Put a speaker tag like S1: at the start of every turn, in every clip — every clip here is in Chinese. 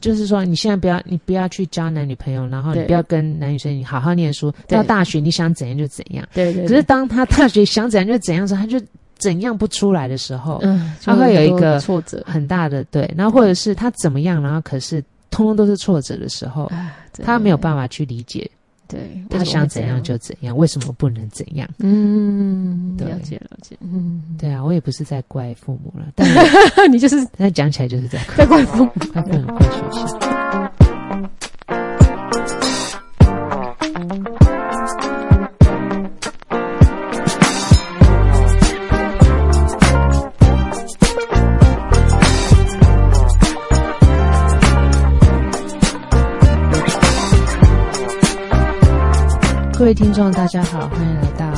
S1: 就是说，你现在不要，你不要去交男女朋友，然后你
S2: 对
S1: 不要跟男女生，你好好念书，
S2: 对
S1: 到大学你想怎样就怎样。
S2: 对对
S1: 可
S2: 对，
S1: 是当他大学想怎样就怎样的时候，他就怎样不出来的时候，
S2: 嗯，
S1: 它
S2: 就
S1: 会有一
S2: 很多
S1: 个
S2: 挫折，
S1: 很大的对，然后或者是他怎么样，然后可是通通都是挫折的时候，他没有办法去理解，
S2: 法，对，
S1: 他
S2: 为什么
S1: 想
S2: 会
S1: 怎
S2: 这
S1: 样就怎样，为什么不能怎样？
S2: 嗯，
S1: 对
S2: 了解了解，嗯，
S1: 对啊，我也不是在怪父母了，但我
S2: 你就是
S1: 但讲起来就是在
S2: 在
S1: 怪
S2: 怪父母，
S1: 怪父母、怪学校。各位听众，大家好，欢迎来到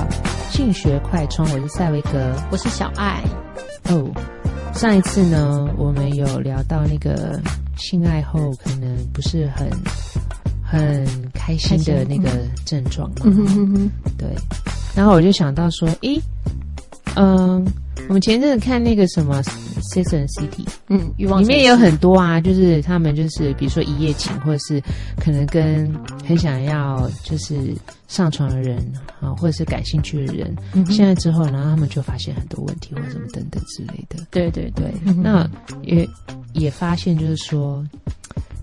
S1: 性学快充， 我是赛维格。
S2: 我是小爱，
S1: 哦，上一次呢，我们有聊到那个性爱后可能不是很很开心的那个症状嘛，
S2: 嗯哼哼哼，
S1: 对。然后我就想到说，诶，嗯，我们前阵子看那个什么《Sex and City》，
S2: 嗯，欲望
S1: 里面
S2: 城
S1: 也有
S2: 市
S1: 很多啊，就是他们就是比如说一夜情，或者是可能跟很想要就是上床的人啊，或者是感兴趣的人，
S2: 嗯哼
S1: 现在之后，然后他们就发现很多问题或什么等等之类的。
S2: 对对对
S1: 对，，
S2: 嗯哼
S1: 那也也发现就是说，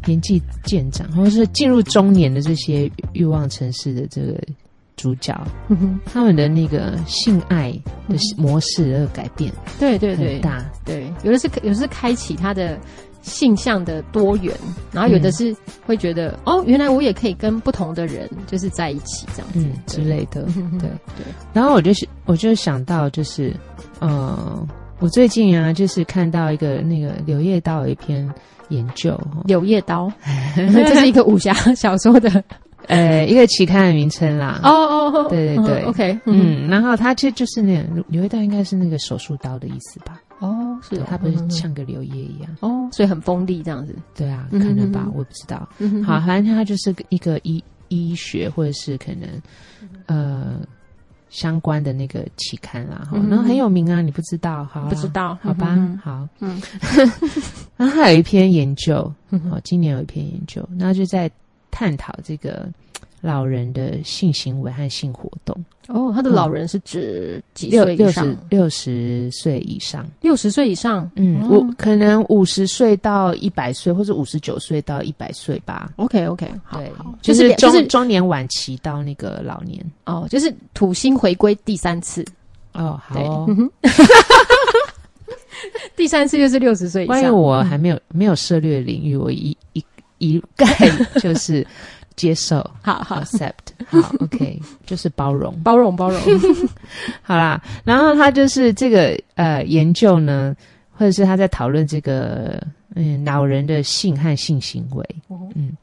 S1: 年纪渐长或者是进入中年的这些欲望城市的这个主角，
S2: 嗯哼
S1: 他们的那个性爱的模式的改变
S2: 对嗯对对
S1: 很大，
S2: 对，有的是有的是开启他的性向的多元，然后有的
S1: 嗯
S2: 是会觉得、哦，原来我也可以跟不同的人就是在一起这样子
S1: 嗯之类的。
S2: 嗯
S1: 对
S2: 对，
S1: 然后我就是我就想到就是，呃，我最近啊，就是看到一个那个《柳叶刀》有一篇研究，哦
S2: 柳叶刀， 这是一个武侠小说的
S1: 呃，一个期刊的名称啦。
S2: 哦，哦哦，
S1: 对对对
S2: 嗯，OK，嗯，
S1: 嗯，然后它其实就是那个柳叶刀，应该是那个手术刀的意思吧？
S2: 哦，是
S1: 对
S2: 哦，，
S1: 它不是
S2: 嗯
S1: 像个柳叶一样。
S2: 哦，所以很锋利这样子，
S1: 对啊，可
S2: 嗯
S1: 能吧
S2: 嗯，嗯
S1: 我也不知道。
S2: 嗯哼
S1: 好，，反正它就是一个医医学或者是可能
S2: 嗯
S1: 呃相关的那个期刊啦。哈，
S2: 嗯嗯
S1: 然后很有名啊，你不知道？好啊，
S2: 不知道，
S1: 好吧
S2: 嗯，
S1: 好，
S2: 嗯，
S1: 然后还有一篇研究，
S2: 嗯哼
S1: 哦，今年有一篇研究，那就在探讨这个老人的性行为和性活动，
S2: 哦，他的老人是指几
S1: 六
S2: 岁
S1: 六
S2: 以上？
S1: 十六十岁以上，
S2: 六十岁以上，
S1: 嗯，
S2: 哦
S1: 我可能五十岁到一百岁，或者五十九岁到一百岁吧。
S2: OK OK，好
S1: 对，
S2: 好
S1: 就
S2: 就是
S1: 是中、
S2: 就是
S1: 中年晚期到那个老年。
S2: 哦，就是土星回归第三次，
S1: 哦，好
S2: 对，
S1: 哦
S2: 嗯。哼 第三次就是六十 岁以
S1: 关于
S2: 上，嗯
S1: 我还没有没有涉猎的领域，我一一一 概就是接受
S2: 好好
S1: accept，好 OK，就是包容。
S2: 包容包容，
S1: 好啦，然后他就是这个呃研究呢，或者是他在讨论这个嗯老人的性和性行为
S2: 哦，
S1: 嗯，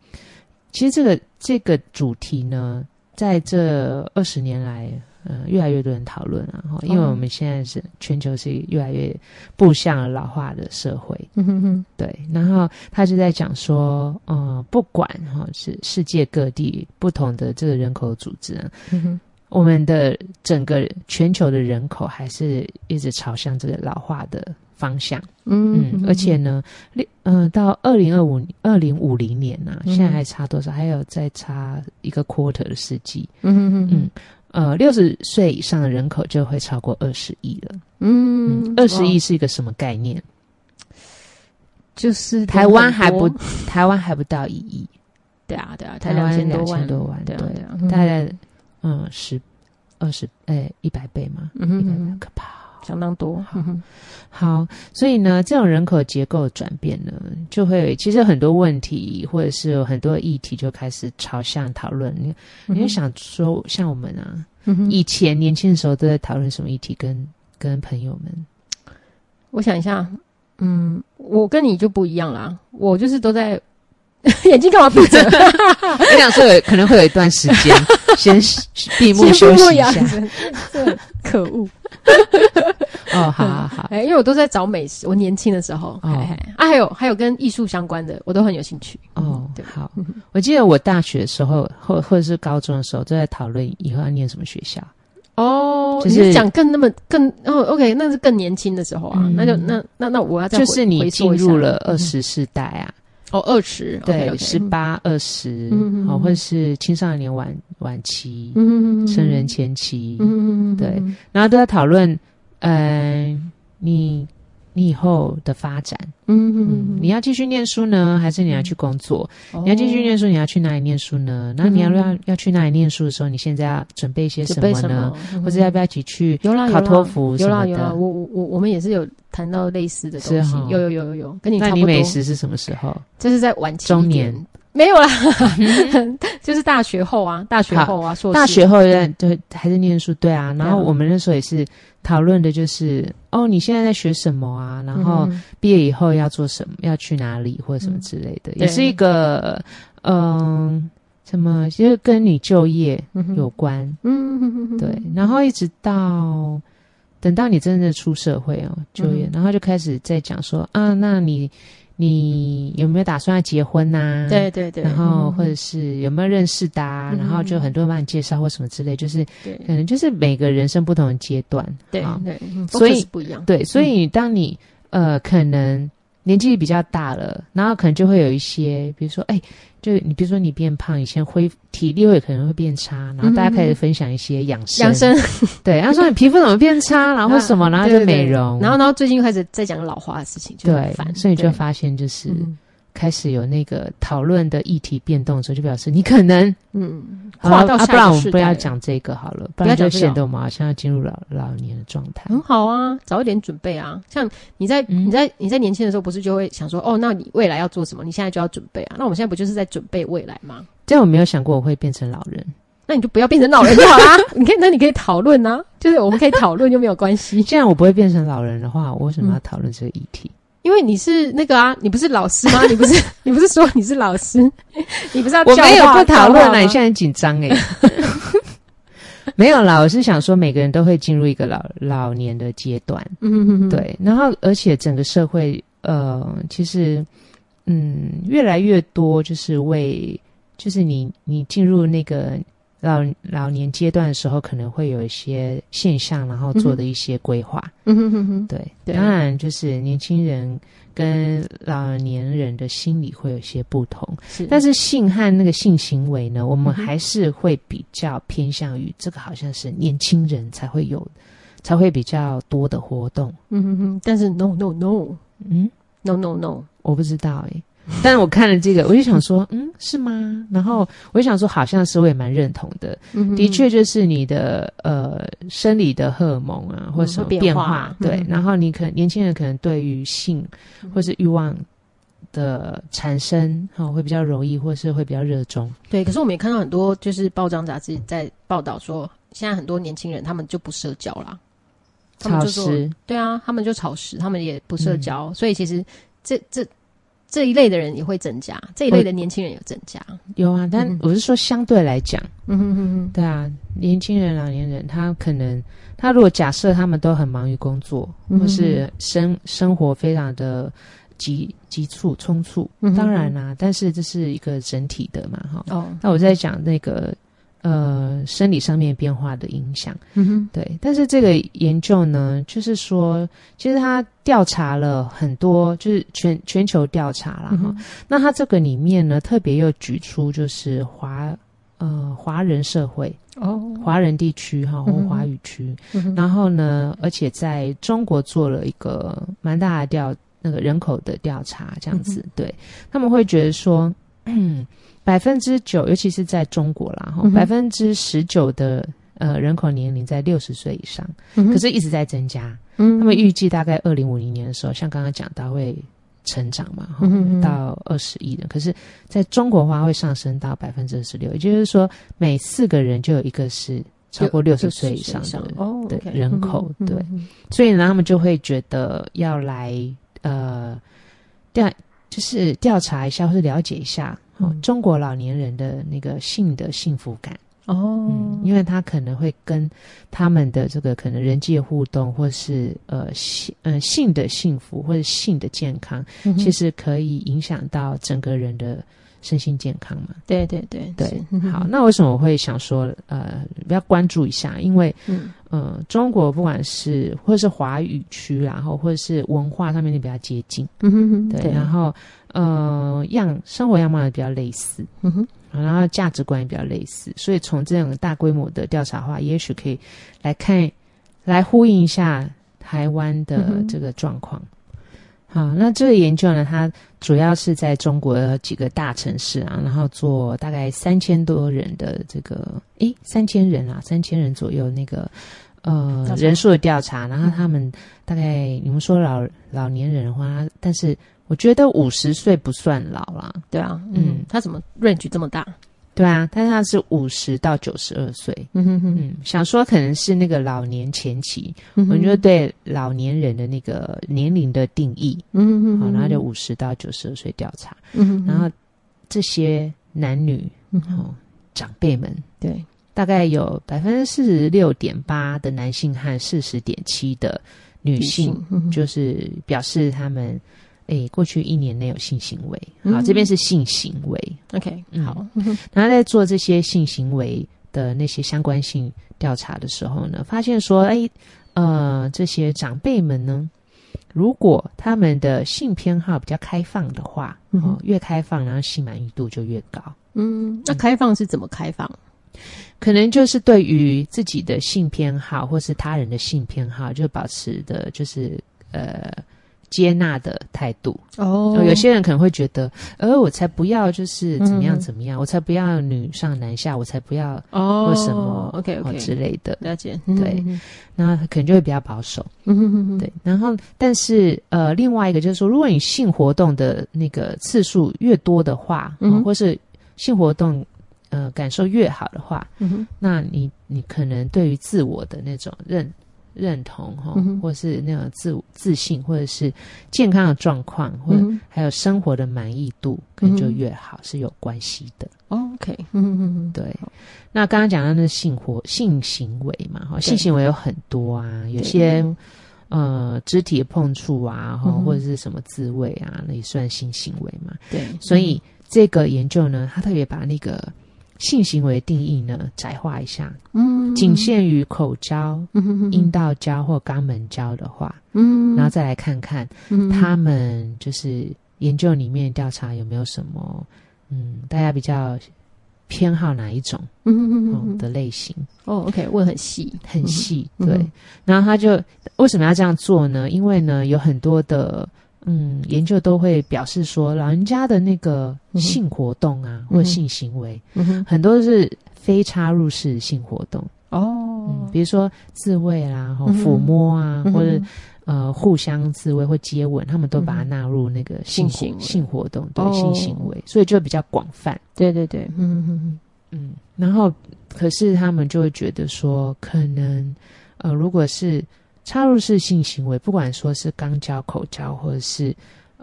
S1: 其实这个这个主题呢，在这二十年来。呃，越来越多人讨论啊，然后因为
S2: 哦
S1: 我们现在是全球是越来越步向老化的社会，
S2: 嗯哼哼，
S1: 对。然后他就在讲说，呃，不管哈、是世界各地不同的这个人口组织、啊，
S2: 嗯哼
S1: 我们的整个全球的人口还是一直朝向这个老化的方向，
S2: 嗯
S1: 嗯，
S2: 嗯，
S1: 而且呢，六呃，到二零二五二零五零年呐、
S2: 嗯
S1: 现在还差多少？还有再差一个 quarter 的世纪，
S2: 嗯哼哼
S1: 嗯呃，六十岁以上的人口就会超过二十亿了。
S2: 嗯
S1: 嗯，二十亿
S2: 哇
S1: 是一个什么概念？
S2: 就是
S1: 台湾还
S2: 很多
S1: 不，台湾还不到一亿，
S2: 对啊对啊，才
S1: 台湾
S2: 两千
S1: 两
S2: 多
S1: 千
S2: 万，
S1: 多万，
S2: 对
S1: 对
S2: 啊，对啊，
S1: 大概嗯十二十哎一百倍嘛，
S2: 嗯
S1: 一
S2: 哼
S1: 百
S2: 嗯
S1: 倍
S2: 哼，
S1: 可怕哦。
S2: 相当多，嗯哼
S1: 好，所以呢，这种人口结构转变呢，就会其实很多问题或者是有很多议题就开始朝向讨论。你你就，想说，像我们啊，
S2: 嗯哼
S1: 以前年轻的时候都在讨论什么议题跟，跟朋友 们，
S2: 我想一下，嗯，我跟你就不一样啦，我就是都在眼睛干嘛闭着？
S1: 我想说有可能会有一段时 间先闭目休息一下。
S2: 对，可恶！
S1: 哦，好好好，
S2: 哎，因为我都在找美食，我年轻的时候，
S1: 哦
S2: 哎哎啊，还有还有跟艺术相关的，我都很有兴趣。
S1: 哦
S2: 对，
S1: 好。我记得我大学的时候，或或者是高中的时候，都在讨论以后要念什么学校。
S2: 哦
S1: 就
S2: 就是是讲更那么更哦，OK，那是更年轻的时候啊，
S1: 嗯
S2: 啊那就那那那我要再
S1: 就
S2: 回
S1: 是你
S2: 回
S1: 进
S2: 溯一下嗯
S1: 入了二十世代啊，
S2: 哦，二十，
S1: 对，十八、二十
S2: 嗯嗯，嗯
S1: 好，
S2: 嗯
S1: 或者是青少年晚晚期、
S2: 嗯
S1: 成人，前期，
S2: 嗯
S1: 对，然后都在讨论，呃，你你以后的发展，
S2: 嗯嗯
S1: 嗯，你要继续念书呢，还是你要去工作？
S2: 哦
S1: 你要继续，念书，你要去哪里念书呢？那你要要要去哪里念书的时候，你现在要准备一些
S2: 准
S1: 什
S2: 备
S1: 么
S2: 什
S1: 呢？
S2: 么，嗯啊
S1: 或者要不要一起去
S2: 有啦
S1: 考托福
S2: 有
S1: 什
S2: 啦
S1: 么
S2: 有啦，
S1: 的？
S2: 我我我我们也是有谈到类似的东西
S1: 是哦，
S2: 有有有有有，跟你
S1: 那
S2: 差不
S1: 你
S2: 多。
S1: 美食是什么时候？
S2: 这是在晚期一
S1: 中
S2: 点
S1: 年嗯
S2: 没有啦， 就是大学后啊，大学后啊，硕士
S1: 大学后对对还是念书对啊，然后
S2: 对啊
S1: 我们那时候也是讨论的就是哦，你现在在学什么啊？然后
S2: 嗯
S1: 毕业以后要做什么，要去哪里或者什么之类的，也是一个嗯，什么就是跟你就业
S2: 嗯哼
S1: 有关，
S2: 嗯哼哼哼
S1: 对，然后一直到等到你真的出社会哦，就业，
S2: 嗯
S1: 然后就开始在讲说啊，那你你有没有打算要结婚啊呐、
S2: 对对对，
S1: 然后或
S2: 嗯
S1: 者是有没有认识的、啊，
S2: 嗯
S1: 然后就很多人帮你介绍或什么之类，就是
S2: 对
S1: 可能就是每个人生不同的阶段，
S2: 对
S1: 啊
S2: 对，嗯
S1: 所以
S2: focus 不一样，
S1: 对，所以当你呃可能年纪比较大了，然后可能就会有一些，比如说哎，就是你比如说你变胖，以前恢体力会可能会变差，然后大家开始分享一些养生，
S2: 嗯养生，嗯
S1: 对，他说你皮肤怎么变差，然后什么，然后就
S2: 对对
S1: 美
S2: 对
S1: 容，
S2: 然后然后最近又开始在讲老花的事情，就很
S1: 对
S2: 烦，，
S1: 所以你就
S2: 对
S1: 发现就是
S2: 嗯
S1: 开始有那个讨论的议题变动的时候，就表示你可能
S2: 嗯，
S1: 好了
S2: 跨到
S1: 啊，
S2: 下
S1: 不然
S2: 一
S1: 我
S2: 个
S1: 们
S2: 世
S1: 不
S2: 代
S1: 要
S2: 了，
S1: 讲这个好了，不
S2: 不要
S1: 然就
S2: 讲这个
S1: 显得我们好像要进入老老年的状态。
S2: 很好啊，早一点准备啊。像你在
S1: 嗯
S2: 你在你在年轻的时候，不是就会想说，哦，那你未来要做什么？你现在就要准备啊。那我们现在不就是在准备未来吗？
S1: 但我没有想过我会变成老人，
S2: 那你就不要变成老人就好 啦。你可以，那你可以讨论啊，就是我们可以讨论就没有关系，
S1: 既然我不会变成老人的话，我为什么要讨论这个议题？
S2: 因为你是那个啊，你不是老师吗？你不是 你不是说你是老师，你不是要
S1: 我没有
S2: 教化
S1: 不讨论
S2: 教化
S1: 啊，
S2: 吗
S1: 你现在很紧张 哎。没有啦，我是想说，每个人都会进入一个老老年的阶段，
S2: 嗯嗯嗯，
S1: 对，然后而且整个社会，呃，其实，嗯，越来越多就是为，就是你你进入那个老老年阶段的时候，可能会有一些现象，然后做的一些规划。
S2: 嗯哼哼哼，
S1: 对，
S2: 对
S1: 当然就是年轻人跟老年人的心理会有些不同，
S2: 是，
S1: 但
S2: 是
S1: 是性和那个性行为呢，我们
S2: 嗯哼
S1: 还是会比较偏向于这个，好像是年轻人才会有，才会比较多的活动。
S2: 嗯哼哼，但是 no no no
S1: 嗯。
S2: no no no，
S1: 我不知道哎、但我看了这个，我就想说，嗯，是吗？然后我就想说，好像是，我也蛮认同的。
S2: 嗯哼哼
S1: 的，确，就是你的呃生理的荷尔蒙啊，或者什么
S2: 嗯会变
S1: 变
S2: 化
S1: 对。
S2: 嗯
S1: 然后你可年轻人可能对于性或是欲望的产生，哈、会比较容易，或是会比较热衷。
S2: 对。可是我们也看到很多就是报章杂志在报道说，现在很多年轻人他们就不社交啦，他们
S1: 潮
S2: 就说
S1: 湿，
S2: 对啊，他们就草食，他们也不社交，所以其实这这这一类的人也会增加，这一类的年轻人也增加。
S1: 有啊，但
S2: 嗯哼
S1: 我是说相对来讲，
S2: 嗯哼哼哼，
S1: 对啊，年轻人、老年人，他可能他如果假设他们都很忙于工作，
S2: 嗯
S1: 或是生生活非常的急急促、匆促，
S2: 嗯哼
S1: 当然啦、但是这是一个整体的嘛，哈。
S2: 哦，
S1: 那我在讲那个呃生理上面变化的影响，
S2: 嗯哼，
S1: 对。但是这个研究呢，就是说，其实他调查了很多，就是全全球调查啦，哈、
S2: 嗯
S1: 那他这个里面呢，特别又举出就是华呃华人社会。
S2: 哦，
S1: 华人地区哈或
S2: 嗯哼
S1: 华语区，
S2: 嗯哼
S1: 然后呢，而且在中国做了一个蛮大的调那个人口的调查，这样
S2: 嗯
S1: 子，对他们会觉得说， 百分之九，尤其是在中国啦，哈、
S2: 嗯哼
S1: 百分之十九的呃人口年龄在六十岁以上，
S2: 嗯哼
S1: 可是一直在增加，
S2: 嗯
S1: 他们预计大概二零五零年的时候，像刚刚讲到会。成长嘛，哈
S2: 嗯哼嗯哼
S1: 到二十亿人，可是在中国的话会上升到百分之二十六，也就是说每四个人就有一个是超过六十岁以上的人，
S2: 哦
S1: 对
S2: OK
S1: 人口
S2: 嗯哼
S1: 对
S2: 嗯哼
S1: 所以呢，他们就会觉得要来呃调，就是调查一下或是了解一下、哦
S2: 嗯
S1: 中国老年人的那个性的幸福感，嗯
S2: 哦，，
S1: 因为他可能会跟他们的这个可能人际互动，或是呃性呃性的幸福或者性的健康，
S2: 嗯哼
S1: 其实可以影响到整个人的身心健康嘛。
S2: 对对对
S1: 对
S2: 是，
S1: 好，那为什么我会想说，呃，要关注一下？因为，
S2: 嗯
S1: 呃，中国不管是或者是华语区，然后或者是文化上面就比较接近，
S2: 嗯哼哼，
S1: 对，啊然后呃，样生活样貌也比较类似，
S2: 嗯哼，
S1: 然后价值观也比较类似，所以从这种大规模的调查的话，也许可以来看，来呼应一下台湾
S2: 嗯
S1: 的
S2: 哼
S1: 这个状况。好，那这个研究呢，它主要是在中国的几个大城市啊，然后做大概三千多人的这个，诶，三千人啊，三千人左右那个呃
S2: 调查嗯
S1: 人数的调查，然后他们大概你们说老老年人的话，但是我觉得五十岁不算老啦，
S2: 对啊，
S1: 嗯
S2: 嗯，他怎么 range 这么大？
S1: 对啊，但是他是五十到九十二岁，
S2: 嗯哼哼，
S1: 嗯，想说可能是那个老年前期，
S2: 嗯哼
S1: 我觉得，对老年人的那个年龄的定义，
S2: 嗯哼哼
S1: 好、
S2: 哼，
S1: 然后就五十到九十二岁调查，
S2: 嗯哼哼，
S1: 然后这些男女
S2: 嗯哼
S1: 哦长辈们，
S2: 对，
S1: 大概有百分之四十六点八的男性和四十点七的女性，
S2: 嗯哼
S1: 就是表示他们。诶，过去一年内有性行为，好，
S2: 嗯
S1: 这边是性行为，
S2: OK，
S1: 嗯
S2: 好，嗯哼
S1: 然后在做这些性行为的那些相关性调查的时候呢，发现说，哎，呃，这些长辈们呢，如果他们的性偏好比较开放的话，
S2: 嗯
S1: 哦
S2: 哼，
S1: 越开放，然后性满意度就越高。
S2: 嗯，那开放是怎么开放？
S1: 可能就是对于自己的性偏好或是他人的性偏好，就保持的就是呃接纳的态度。
S2: 哦
S1: 有些人可能会觉得，呃，我才不要就是怎么
S2: 嗯
S1: 样
S2: 嗯
S1: 怎么样，我才不要女上男下，我才不要
S2: 哦，
S1: 或什么
S2: OK
S1: 哦之
S2: OK，
S1: 类的，
S2: 了解，
S1: 对
S2: 嗯哼哼，
S1: 那可能就会比较保守。
S2: 嗯哼哼哼，
S1: 对，然后但是呃，另外一个就是说，如果你性活动的那个次数越多的话，
S2: 嗯
S1: 嗯、
S2: 哼
S1: 或是性活动呃感受越好的话，
S2: 嗯哼，
S1: 那你你可能对于自我的那种认认同哈、
S2: 嗯哼
S1: 或是那种自自信，或者是健康的状况，或
S2: 嗯
S1: 者
S2: 哼
S1: 还有生活的满意度，可能就
S2: 嗯哼
S1: 越好，是有关系的。
S2: 哦 OK，嗯哼哼哼，
S1: 对
S2: 好，
S1: 那刚刚讲到那性活性行为嘛，哈，性行为有很多啊，有些呃肢体的碰触啊，哈、
S2: 嗯哼嗯
S1: 或者是什么自慰啊，那也算性行为嘛。
S2: 对，
S1: 所以这个研究呢，它特别把那个性行为定义呢窄化一下，
S2: 嗯，
S1: 仅限于口交、
S2: 嗯哼哼
S1: 阴道交或肛门交的话，
S2: 嗯，
S1: 然后再来看看
S2: 嗯
S1: 他们就是研究里面调查有没有什么，嗯，大家比较偏好哪一种。
S2: 嗯哼哼
S1: 哦
S2: 哼哼
S1: 的类型，
S2: 哦 OK，问很细，
S1: 很细，
S2: 嗯
S1: 对
S2: 嗯。
S1: 然后他就为什么要这样做呢？因为呢，有很多的嗯研究都会表示说，老人家的那个
S2: 嗯哼
S1: 性活动啊，
S2: 嗯
S1: 或
S2: 哼
S1: 性行为，
S2: 嗯哼，
S1: 很多是非插入式性活动，嗯
S2: 哦，，
S1: 比如说自慰啦、哦
S2: 嗯哼
S1: 抚摸啊，
S2: 嗯哼
S1: 或者呃互相自慰或接吻，他们都把它
S2: 嗯哼
S1: 纳入那个性活
S2: 性行为
S1: 性活动，对
S2: 哦
S1: 性行为，所以就比较广泛。
S2: 对对对，嗯哼哼
S1: 嗯，然后可是他们就会觉得说，可能呃，如果是插入式性行为，不管说是肛交、口交，或者是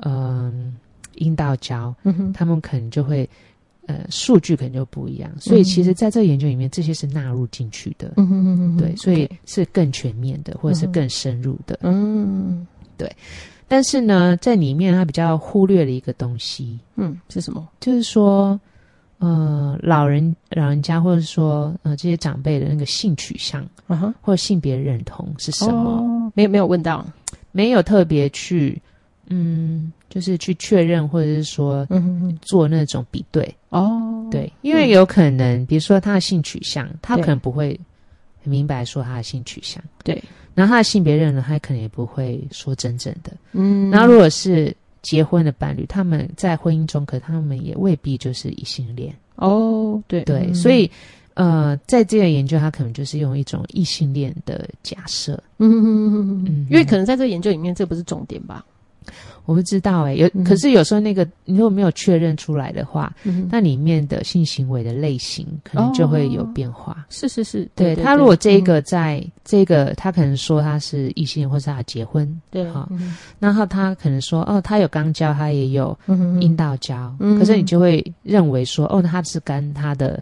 S1: 嗯、阴道交，
S2: 哼，嗯哼，
S1: 他们可能就会呃数据可能就不一样。所以其实在这个研究里面，这些是纳入进去的，
S2: 嗯哼哼哼，
S1: 对，所以
S2: OK，
S1: 是更全面的，或者是更深入的。
S2: 嗯
S1: 但是呢，在里面它比较忽略了一个东西，
S2: 嗯是什么？
S1: 就是说，呃，老人老人家或者说呃这些长辈的那个性取向
S2: 啊哈，
S1: 或性别认同是什么，
S2: 哦？没有没有问到，
S1: 没有特别去嗯，就是去确认或者是说
S2: 嗯哼哼，
S1: 做那种比对，
S2: 哦，
S1: 对，因为有可能，比如说他的性取向，他
S2: 对
S1: 可能不会很明白说他的性取向，
S2: 对，
S1: 然后他的性别认同，他可能也不会说真正的。
S2: 嗯，
S1: 然后如果是结婚的伴侣，他们在婚姻中，可他们也未必就是异性恋。
S2: 哦，对
S1: 对，
S2: 嗯
S1: 所以呃，在这个研究，它可能就是用一种异性恋的假设，
S2: 嗯哼哼哼哼
S1: 嗯
S2: 哼，因为可能在这个研究里面，这不是重点吧？
S1: 我不知道哎、有
S2: 嗯
S1: 可是有时候那个你如果没有确认出来的话，
S2: 嗯哼，
S1: 那里面的性行为的类型可能就会有变化。
S2: 是是是，
S1: 对
S2: 对，
S1: 他，如果这一
S2: 嗯
S1: 个在这个，他可能说他是异性恋，或是他结婚，
S2: 对，
S1: 好，
S2: 嗯哼
S1: 然后他可能说哦，他有肛交，他也有
S2: 嗯哼哼
S1: 阴道交，
S2: 嗯
S1: 可是你就会认为说哦，那他是跟他的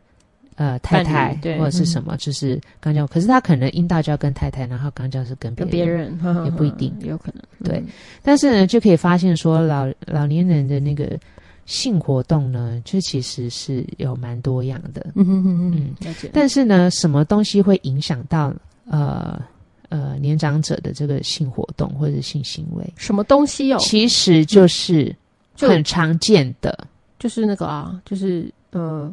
S1: 呃太太
S2: 伴侣对嗯
S1: 或者是什么，就是肛交，可是他可能阴道交跟太太，然后肛交是跟别
S2: 跟
S1: 人，
S2: 别人哈哈哈
S1: 也不一定
S2: 有可能，
S1: 对但是呢，就可以发现说老老年人的那个性活动呢，就其实是有蛮多样的。
S2: 嗯哼哼哼，嗯，了解。
S1: 但是呢，什么东西会影响到呃呃年长者的这个性活动或者性行为？
S2: 什么东西哦？嗯
S1: 其实就是
S2: 就
S1: 很常见的，
S2: 就是那个啊，就是呃，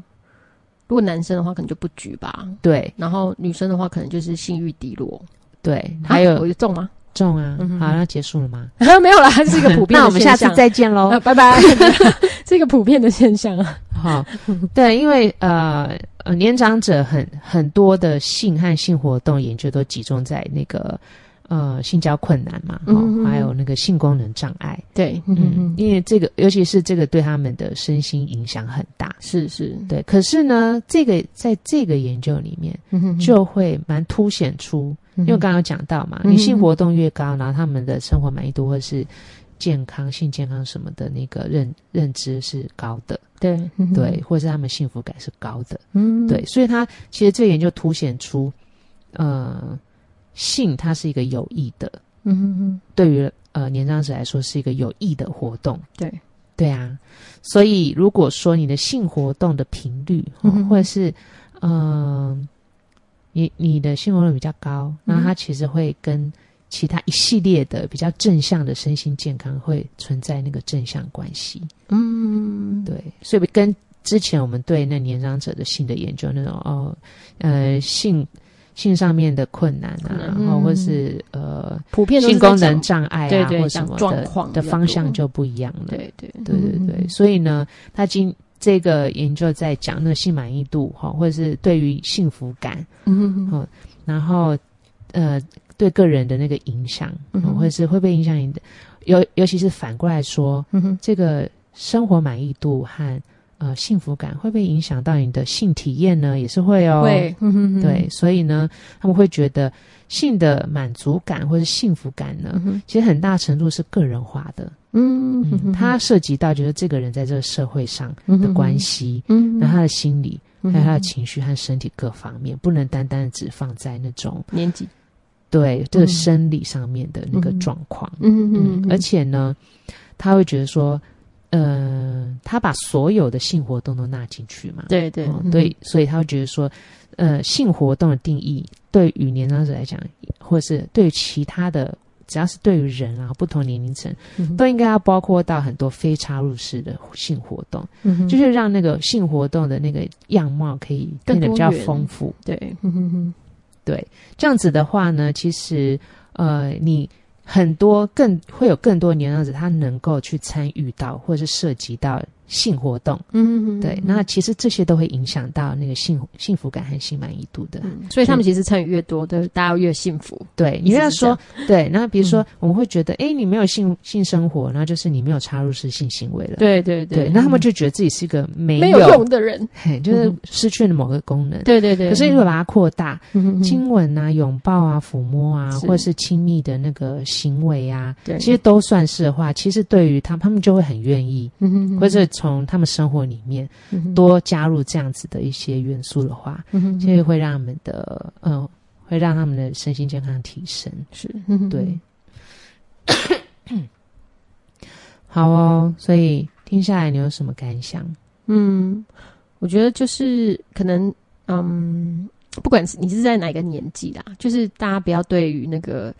S2: 如果男生的话，可能就不举吧。
S1: 对
S2: 然后女生的话，可能就是性欲低落。
S1: 对，还
S2: 啊我
S1: 有
S2: 就中吗？
S1: 重啊。
S2: 嗯哼
S1: 好，那结束了吗？
S2: 没有啦，它是一个普遍的现
S1: 嗯 那
S2: 象。
S1: 我们下次再哦见喽
S2: 啊，。拜拜。 这个普遍的现象啊，
S1: 好， 对，因为呃呃，年长者很很多的性和性活动研究都集中在那个呃性交困难嘛，哦
S2: 嗯嗯嗯
S1: 还有那个性功能障碍，
S2: 对，
S1: 嗯，
S2: 嗯，
S1: 因为这个尤其是这个对他们的身心影响很大。
S2: 是是，
S1: 对，可是呢，这个在这个研究里面就会蛮凸显出，因为我刚刚有讲到嘛，
S2: 嗯嗯嗯
S1: 女性活动越高，然后他们的生活满意度或是健康、性健康什么的那个认认知是高的，
S2: 对
S1: 对，，或者是他们幸福感是高的。
S2: 嗯
S1: 对，所以它其实这个研究凸显出，呃，性它是一个有益的，
S2: 嗯
S1: 对于呃年长者来说是一个有益的活动。
S2: 对，
S1: 对啊，所以如果说你的性活动的频率，哦
S2: 嗯哼
S1: 或者是呃，你你的性活动比较高，那
S2: 嗯
S1: 它其实会跟其他一系列的比较正向的身心健康会存在那个正向关系。
S2: 嗯
S1: 对，所以跟之前我们对那年长者的性的研究那种哦，呃，性性上面的困难啊，
S2: 困难
S1: 然后
S2: 嗯
S1: 或是呃
S2: 普遍都
S1: 性
S2: 是在
S1: 功能
S2: 讲
S1: 障碍啊，
S2: 对对
S1: 或什
S2: 讲
S1: 么
S2: 状
S1: 的
S2: 况
S1: 的
S2: 比较
S1: 方向
S2: 多
S1: 就不一样了。
S2: 对对
S1: 对对对，
S2: 嗯
S1: 所以呢，他今这个研究在讲那个性满意度哈，或者是对于幸福感，
S2: 嗯
S1: 好然后呃对个人的那个影响，
S2: 嗯
S1: 哦
S2: 哼
S1: 或者是会不会影响你的，尤尤其是反过来说，
S2: 嗯哼
S1: 这个生活满意度和呃幸福感会不会影响到你的性体验呢？也是会哦。
S2: 会，嗯哼
S1: 对，，所以呢，他们会觉得性的满足感或是幸福感呢，
S2: 嗯
S1: 其实很大程度是个人化的。嗯，
S2: 嗯，
S1: 它涉及到就是这个人在这个社会上的关，系，
S2: 嗯，
S1: 那他的心理，还有他的
S2: 情
S1: 情绪和身体各方面，不能单单地只放在那种
S2: 年纪，
S1: 对这个
S2: 嗯
S1: 生理上面的那个
S2: 嗯
S1: 状况。
S2: 嗯
S1: 嗯，而且呢，他会觉得说，呃，他把所有的性活动都纳进去嘛，
S2: 对对嗯
S1: 哦对，所以他会觉得说，呃，性活动的定义对于年长者来讲，或是对于其他的，只要是对于人啊，不同年龄层，
S2: 嗯
S1: 都应该要包括到很多非插入式的性活动，就
S2: 就是
S1: 是让那个性活动的那个样貌可以
S2: 更
S1: 变得比
S2: 多
S1: 较
S2: 元
S1: 丰富。
S2: 对，嗯哼
S1: 这样子的话呢，其实呃，你很多更会有更多年长者他能够去参与到或者是涉及到性活动，
S2: 嗯
S1: 对，那其实这些都会影响到那个幸幸福感和性满意度的。
S2: 嗯所以他们其实参与越多，的大家越幸福，
S1: 对，你不要
S2: 一直是嗯这
S1: 说
S2: 样
S1: 对，那比如说、我们会觉得，哎，你没有性性生活，那就是你没有插入式性行为了。
S2: 对对嗯
S1: 对，那他们就觉得自己是一个没
S2: 没有用的人，
S1: 嘿，就是
S2: 嗯哼
S1: 失去了某个功能。
S2: 对对对，
S1: 可是如果把它扩大，
S2: 经
S1: 亲吻啊、拥抱啊、抚摸啊，
S2: 是
S1: 或是亲密的那个行为啊，
S2: 对，
S1: 其实都算是的话，其实对于他们，他们就会很愿意，
S2: 嗯
S1: 或是从他们生活里面多加入这样子的一些元素的话，
S2: 嗯
S1: 其实会让他们的嗯，会让他们的身心健康提升。
S2: 是
S1: 对，
S2: 嗯
S1: 好哦，所以听下来你有什么感想？
S2: 嗯，我觉得就是可能，嗯，不管是你是在哪个年纪啦，就是大家不要对于那个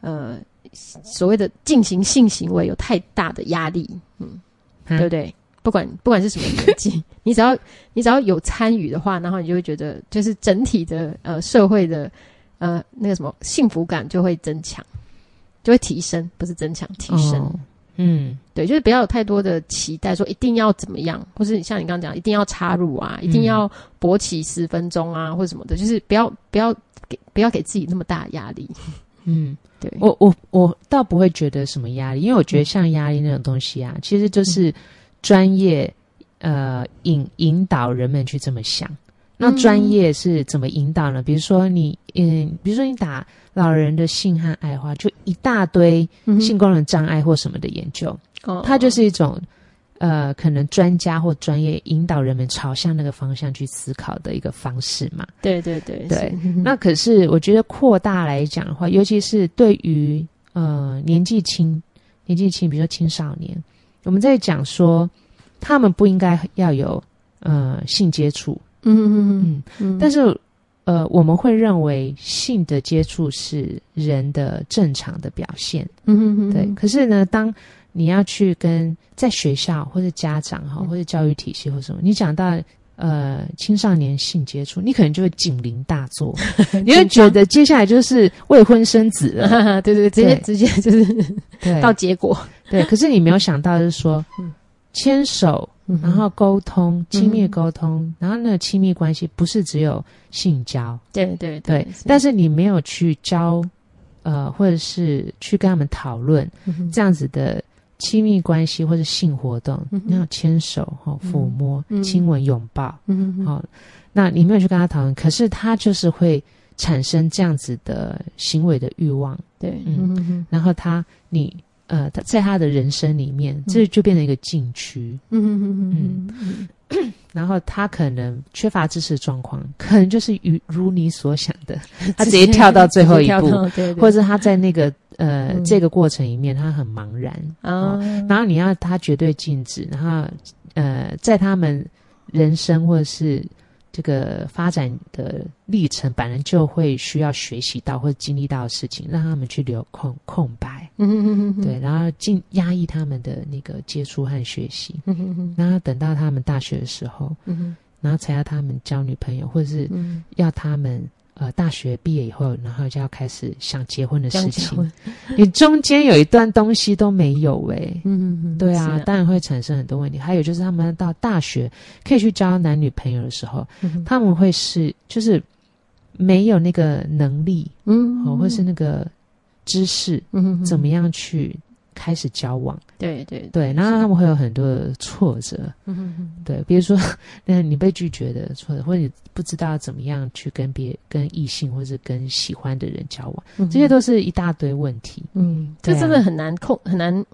S2: 呃所谓的进行性行为有太大的压力，嗯
S1: 啊
S2: 对不对？不管不管是什么年纪，你只要你只要有参与的话，然后你就会觉得，就是整体的呃社会的呃那个什么幸福感就会增强，就会提升，不是增强提升。
S1: 哦嗯
S2: 对，就是不要有太多的期待，说一定要怎么样，或是像你刚刚讲，一定要插入啊，一
S1: 嗯
S2: 定要勃起十分钟啊，或者什么的，就是不要不要给不要给自己那么大的压力。
S1: 嗯，
S2: 对，
S1: 我我我倒不会觉得什么压力，因为我觉得像压力那种东西啊，其实就是专业呃引引导人们去这么想。那专业是怎么引导呢？比如说你，嗯，比如说你打老人的性和爱花，就一大堆性功能障碍或什么的研究，
S2: 嗯哦
S1: 它就是一种呃，可能专家或专业引导人们朝向那个方向去思考的一个方式嘛。
S2: 对对对
S1: 对嗯
S2: 是
S1: 那可是我觉得扩大来讲的话，尤其是对于呃年纪轻、年纪轻，比如说青少年，我们在讲说他们不应该要有呃性接触，
S2: 嗯嗯
S1: 嗯，
S2: 嗯，
S1: 但
S2: 是
S1: 是呃，我们会认为性的接触是人的正常的表现，
S2: 嗯嗯
S1: 对。可是呢，当你要去跟在学校或者家长哈，
S2: 嗯
S1: 或者教育体系或什么，你讲到呃青少年性接触，你可能就会警铃大作，你会觉得接下来就是未婚生子了，
S2: 得 对对，对直接
S1: 对
S2: 直接就是
S1: 对
S2: 嗯到结果，
S1: 对。可是你没有想到就是说
S2: 嗯，
S1: 牵手，然后沟通，亲密
S2: 嗯
S1: 沟通，然后那个亲密关系不是只有性交。
S2: 对对
S1: 对，但是你没有去教，呃，或者是去跟他们讨论
S2: 嗯
S1: 这样子的亲密关系或者性活动
S2: 嗯，哼
S1: 那种牵手、哈、抚摸、
S2: 嗯
S1: 亲吻、拥抱，
S2: 嗯
S1: 好、那你没有去跟他讨论，可是他就是会产生这样子的行为的欲望，
S2: 对
S1: 嗯
S2: 嗯
S1: 然后他你呃，他在他的人生里面，这就变成一个禁区，
S2: 嗯嗯嗯
S1: 然后他可能缺乏支持状况，可能就是如如你所想的，
S2: 嗯，
S1: 他直接跳到最后一
S2: 直接跳
S1: 步
S2: 到，对，对
S1: 或者他在那个呃、
S2: 嗯
S1: 这个过程里面，他很茫然，
S2: 啊，
S1: 然后你要他绝对禁止，然后呃，在他们人生或者是这个发展的历程，本来就会需要学习到或者经历到的事情，让他们去留空空白，
S2: 嗯嗯嗯，
S1: 对，然后尽压抑他们的那个接触和学习，
S2: 嗯嗯
S1: 然后等到他们大学的时候，
S2: 嗯
S1: 然后才要他们交女朋友，或者是
S2: 嗯，
S1: 要他们。呃，大学毕业以后，然后就要开始想结婚的
S2: 这样
S1: 事
S2: 结
S1: 情，
S2: 婚，
S1: 你中间有一段东西都没有哎、
S2: 嗯嗯，
S1: 对啊，当然会产生很多问题。还有就是他们到大学可以去交男女朋友的时候，他们会是就是没有那个能力，
S2: 嗯，
S1: 哦，或是那个知识，
S2: 嗯
S1: 怎么样去开始交往？
S2: 对对
S1: 对，然后他们会有很多的挫折，
S2: 嗯
S1: 对，比如说那你被拒绝的挫折，或者你不知道怎么样去跟别跟异性或是跟喜欢的人交往，
S2: 嗯，
S1: 这些都啊是一大堆问题。
S2: 嗯，这真的很难控，很难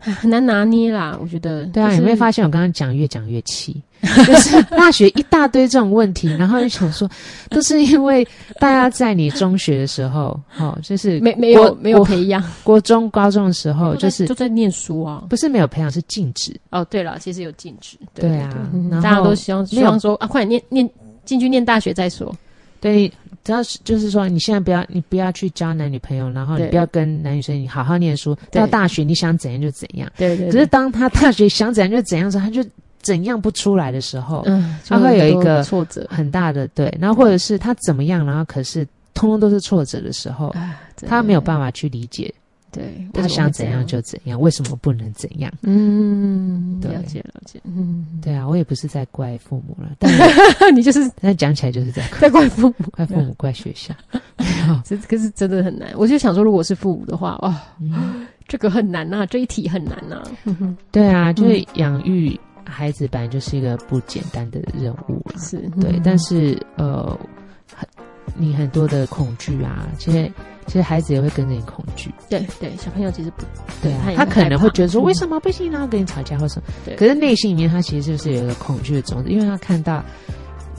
S2: 很难拿捏啦，我觉得。
S1: 对啊，你会发现我刚刚讲越讲越气， 就是大学一大堆这种问题，然后就想说，都是因为大家在你中学的时候，哦，就是
S2: 没没有没有培养，
S1: 国中、高中的时候，哦就
S2: 就是就在念书啊。
S1: 不是没有培养，是禁止。
S2: 哦，对了，其实有禁止，
S1: 对
S2: 对
S1: 啊
S2: 嗯
S1: 然后
S2: 大家都希望
S1: 没有
S2: 希望说啊，快点念念进去念大学再说。
S1: 对，只要是就是说，你现在不要你不要去交男女朋友，然后你
S2: 对
S1: 不要跟男女生，你好好念书，
S2: 对
S1: 到大学你想怎样就怎样。
S2: 对对，
S1: 可是当他大学想怎样就怎样的时候，他就怎样不出来的时候，
S2: 嗯，
S1: 它会有一个
S2: 挫折，
S1: 很大的对，然后或者是他怎么样，然后可是通通都是挫折的时候，哦
S2: 啊
S1: 他没有办
S2: 法，
S1: 法去理解，
S2: 对
S1: 他想怎样，就怎样，为什么不能怎样？
S2: 嗯，
S1: 对
S2: 了解了解，嗯，
S1: 对啊，我也不是在怪父母了，但
S2: 你就是
S1: 但讲起来就是在怪
S2: 在怪父母，
S1: 怪父母、怪学校。
S2: 这可是真的很难。我就想说，如果是父母的话，哦，
S1: 嗯
S2: 这个很难呐、这一题很难呐、
S1: 对啊，就是养育孩子本来就是一个不简单的任务啦。
S2: 是
S1: 对，但是呃，很你很多的恐惧啊，其实其实孩子也会跟着你恐惧。
S2: 对对，小朋友其实不
S1: 对啊
S2: 他，也
S1: 他
S2: 会
S1: 可
S2: 害
S1: 能
S2: 怕
S1: 会觉得说
S2: 嗯
S1: 为什么不行，然后跟你吵架或什么
S2: 对。
S1: 可是内心里面他其实就是有一个恐惧的种子，因为他看到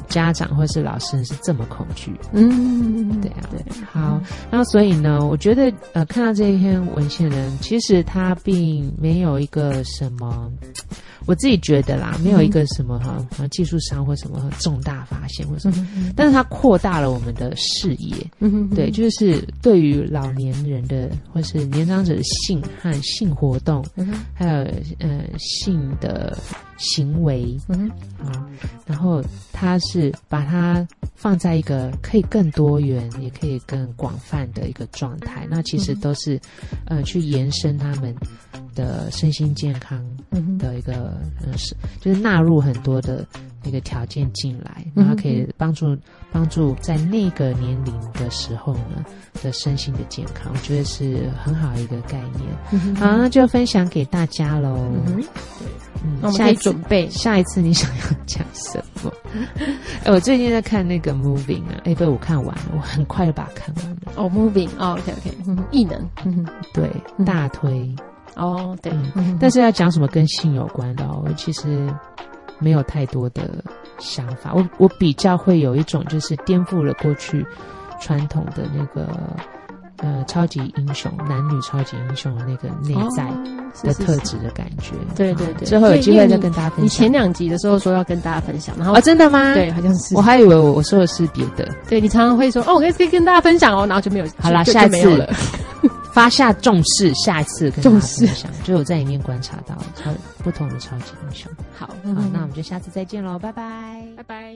S1: 家长或是老师是这么恐惧。
S2: 嗯，
S1: 对啊
S2: 对，
S1: 好，那所以呢，我觉得呃，看到这一篇文献呢，其实他并没有一个什么，我自己觉得啦，没有一个什么哈、啊技术上或什么重大发现或什么，
S2: 嗯
S1: 但是他扩大了我们的视野。
S2: 嗯
S1: 对，就是对于老年人的或是年长者的性和性活动，
S2: 嗯
S1: 还有呃性的行为
S2: 嗯
S1: 啊，然后它是把它放在一个可以更多元，也可以更广泛的一个状态。那其实
S2: 嗯
S1: 都是呃去延伸他们的身心健康
S2: 嗯
S1: 的一个呃是就是纳入很多的那个条件进来，然后可以帮助帮助在那个年龄的时候呢的身心的健康，我觉得是很好一个概念。好，啊那就分享给大家喽。
S2: 嗯哼，那
S1: 嗯，
S2: 我们
S1: 下
S2: 可
S1: 一
S2: 以
S1: 次
S2: 准备
S1: 下一次你想要讲什么？ 哎，我最近在看那个 Moving 啊，哎，被我看完了，我很快就把它看完了。
S2: 哦，moving 哦，OK OK，异能，嗯哼
S1: 对，
S2: 嗯
S1: 大推。
S2: 哦对
S1: 嗯，
S2: 嗯
S1: 但是要讲什么跟性有关的、哦，我其实没有太多的想法。我我比较会有一种就是颠覆了过去传统的那个呃超级英雄男女超级英雄的那个内在
S2: 哦
S1: 的
S2: 是是
S1: 特质
S2: 是
S1: 的感觉。
S2: 对对对
S1: 之后有机会再跟大家
S2: 你
S1: 分享
S2: 前。两集的时候说要跟大家分享，然后、
S1: 啊，真的吗？
S2: 哦对，，好像是
S1: 我还以为我我说的是别的。
S2: 对你常常会说哦，我可以可以跟大家分享哦，然后就没有
S1: 好啦，
S2: 就
S1: 下
S2: 就没有
S1: 次
S2: 了。
S1: 发下重视，下一 次跟大家
S2: 重视
S1: 分享。就我在里面观察到超不同的超级英雄。
S2: 好，嗯
S1: 好，那我们就下次再见喽，拜拜。
S2: 拜拜。